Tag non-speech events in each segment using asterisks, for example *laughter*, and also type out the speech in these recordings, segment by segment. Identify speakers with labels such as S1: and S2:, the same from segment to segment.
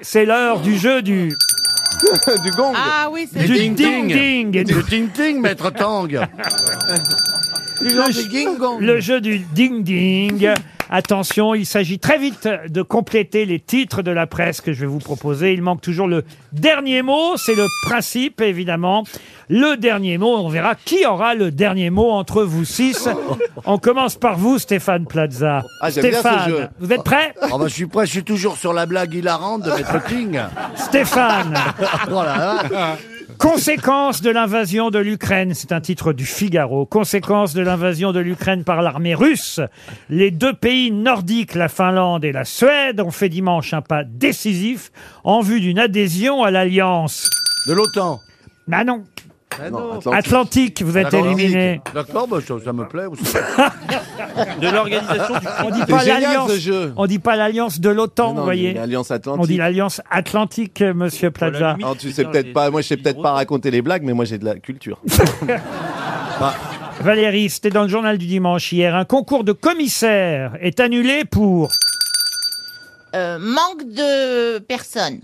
S1: C'est l'heure du jeu du
S2: du gong.
S3: Ah oui, c'est
S1: du ding ding, et du-
S4: Le ting-ting, maître Tang.
S1: le, le jeu du ding ding. Attention, il s'agit très vite de compléter les titres de la presse que je vais vous proposer. Il manque toujours le dernier mot, c'est le principe évidemment. Le dernier mot, on verra qui aura le dernier mot entre vous six. On commence par vous, Stéphane Plaza.
S2: Oh. Ah, j'aime bien ce
S1: Stéphane,
S2: jeu.
S1: vous êtes prêt
S4: Ah bah, je suis prêt, je suis toujours sur la blague hilarante de maître Ting.
S1: Stéphane
S4: Voilà. hein.
S1: Conséquence de l'invasion de l'Ukraine, c'est un titre du Figaro. Conséquence de l'invasion de l'Ukraine par l'armée russe, les deux pays nordiques, la Finlande et la Suède, ont fait dimanche un pas décisif en vue d'une adhésion à l'alliance.
S4: De l'OTAN.
S1: Ah non,
S2: Non, attends.
S1: Atlantique, vous êtes
S4: Atlantique.
S1: éliminé.
S4: D'accord, bah, ça, ça me plaît. aussi.
S5: de
S1: *laughs*
S5: l'organisation du
S1: On dit
S2: Ah, C'est
S1: pas
S2: génial,
S1: l'alliance.
S2: ce jeu.
S1: On dit pas l'alliance de l'OTAN,
S2: Non,
S1: vous
S2: mais
S1: voyez.
S2: L'Alliance Atlantique.
S1: On dit l'alliance Atlantique, euh, Monsieur Plaza.
S5: limite.
S2: Alors, tu sais peut-être pas, moi je sais peut-être pas raconter les blagues, mais moi j'ai de la culture.
S1: Valérie, c'était dans le journal du dimanche hier. Un concours de commissaires est annulé pour
S3: Euh, manque de personnes.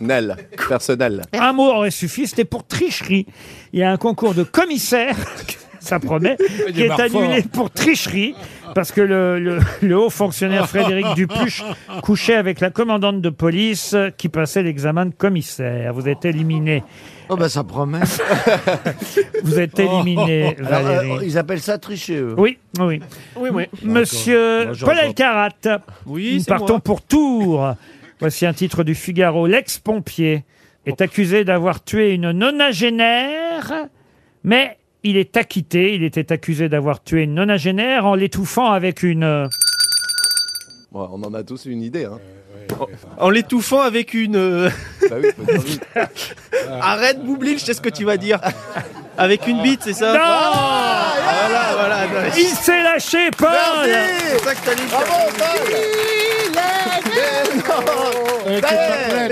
S2: Nel, personnel.
S1: Un mot aurait suffi, c'était pour tricherie. Il y a un concours de commissaires, *laughs* ça promet, qui est annulé pour tricherie, parce que le, le- le haut fonctionnaire
S5: *laughs*
S1: Frédéric Dupuche couchait avec la commandante de police euh, qui passait l'examen de commissaire. Vous êtes éliminé.
S5: Oh bah ça promet.
S1: *laughs*
S5: Ah,
S1: Vous êtes éliminé,
S5: *laughs*
S4: Alors, euh,
S1: Valérie.
S4: ils appellent ça tricher, eux.
S1: Oui, oui.
S5: Oui, oui.
S1: Monsieur
S4: Moi, je
S1: Paul
S4: reprends.
S1: Elkarat.
S5: Oui,
S1: Nous partons pour Tours. *laughs* Voici un titre du Figaro. L'ex-pompier est accusé d'avoir tué une nonagénaire, mais il est acquitté. Il était accusé d'avoir tué une nonagénaire en l'étouffant avec une...
S2: Bon, on en a tous une idée. Hein.
S5: En l'étouffant avec une. euh, *laughs*
S2: Bah oui, faut dire oui.
S5: Arrête, Boublil, je sais ce que tu vas dire. Avec une bite, c'est ça
S1: Non
S5: Voilà, voilà. non,
S1: Il s'est lâché, Paul
S5: C'est ça que t'as dit.
S4: Ah,
S5: Mais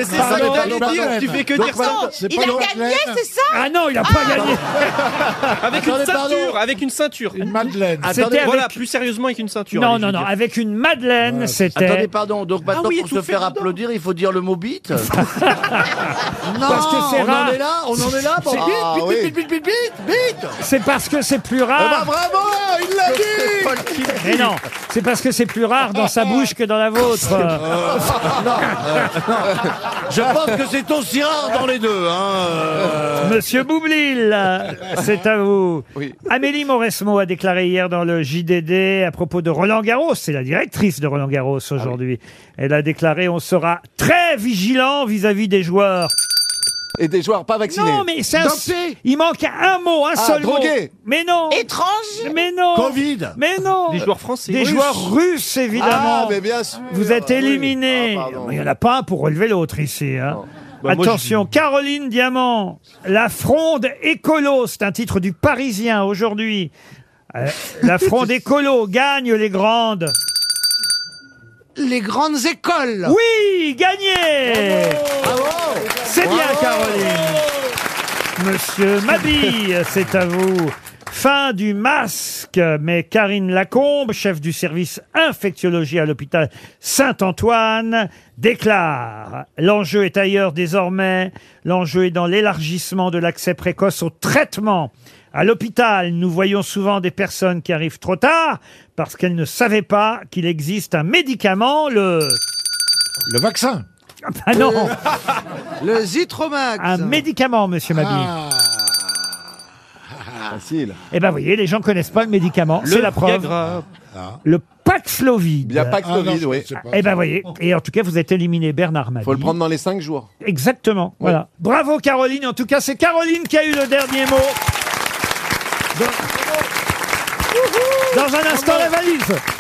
S5: c'est ça
S1: pardon,
S5: que t'allais dire, tu fais que dire ça.
S3: Oh, Il a gagné, c'est ça
S1: Ah non, il n'a pas gagné
S5: Avec une ceinture, avec une ceinture.
S6: Madeleine.
S1: C'était avec...
S5: Voilà, plus sérieusement avec une ceinture.
S1: Non,
S5: allez, je
S1: non,
S5: veux
S1: non, ah,
S5: dire.
S1: avec une madeleine, c'était...
S4: Attendez, pardon. Donc maintenant,
S5: Ah oui,
S4: pour
S5: tout
S4: se
S5: fait
S4: faire
S5: dedans.
S4: applaudir, il faut dire le mot bite.
S1: Parce que c'est
S4: on en
S1: rare.
S4: est là, on en est là. Bon,
S2: C'est- Ah,
S4: bite,
S2: oui.
S4: bite, bite, bite, bite, bite.
S1: C'est parce que c'est plus
S4: Eh ben,
S1: rare.
S4: bravo,
S5: Ah,
S4: il l'a dit.
S1: Mais non, c'est parce que c'est plus rare dans sa bouche que dans la vôtre.
S4: Je pense que c'est aussi rare dans les deux. Hein. euh.
S1: Monsieur Boublil, euh, c'est à vous.
S2: Oui.
S1: Amélie Mauresmo a déclaré hier dans le JDD à propos de Roland Garros, c'est la directrice de Roland Garros aujourd'hui. Elle a déclaré on sera très vigilant vis-à-vis des joueurs.
S2: Et des joueurs pas vaccinés.
S1: Non mais c'est un-
S2: Dopé.
S1: il manque un mot, un
S2: Ah,
S1: seul
S2: drogué.
S1: mot. Mais non.
S3: Étrange
S1: Mais non.
S4: Covid.
S1: Mais non.
S5: Des joueurs français.
S1: Des
S5: Russes.
S1: joueurs russes évidemment.
S2: Ah, mais bien sûr.
S1: Vous êtes
S2: Oui.
S1: éliminé.
S2: Ah, pardon.
S1: il n'y en a pas un pour relever l'autre ici. hein.
S5: Bah, moi,
S1: Attention, Caroline Diamant, La Fronde écolo, c'est un titre du Parisien aujourd'hui. Euh,
S2: *laughs*
S1: la Fronde écolo gagne les grandes.
S5: Les grandes écoles.
S1: Oui, gagné
S2: Bravo.
S1: C'est bien, Caroline. Monsieur Mabille, c'est à vous. Fin du masque, mais Karine Lacombe, chef du service infectiologie à l'hôpital Saint-Antoine, déclare L'enjeu est ailleurs désormais. L'enjeu est dans l'élargissement de l'accès précoce au traitement. À l'hôpital, nous voyons souvent des personnes qui arrivent trop tard parce qu'elles ne savaient pas qu'il existe un médicament, le.
S6: Le vaccin.
S1: Ah non
S5: Le Zitromax.
S1: Un médicament, monsieur Mabille.
S2: Facile.
S1: Eh ben, vous voyez, les gens connaissent pas le médicament. C'est la preuve. Le Paxlovid.
S2: Il n'y a pas que
S6: Ah, non,
S2: Covid,
S6: je
S2: oui.
S6: sais pas.
S1: Eh ben, vous voyez. Et en tout cas, vous êtes éliminé, Bernard Mabille.
S2: Faut le prendre dans les 5 jours.
S1: Exactement. Voilà. Bravo, Caroline. En tout cas, c'est Caroline qui a eu le dernier mot. Dans, Dans un instant, la valise.